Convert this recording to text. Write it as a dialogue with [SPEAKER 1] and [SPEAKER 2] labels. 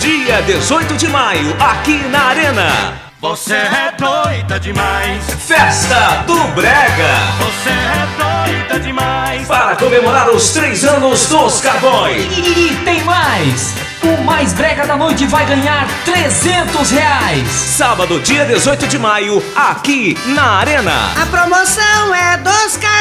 [SPEAKER 1] Dia 18 de maio, aqui na Arena.
[SPEAKER 2] Você é doida demais.
[SPEAKER 1] Festa do Brega.
[SPEAKER 2] Você é doida demais.
[SPEAKER 1] Para comemorar os três anos dos Cowboy.
[SPEAKER 3] E tem mais! O mais brega da noite vai ganhar 300 reais!
[SPEAKER 1] Sábado, dia 18 de maio, aqui na Arena.
[SPEAKER 4] A promoção é dos caras.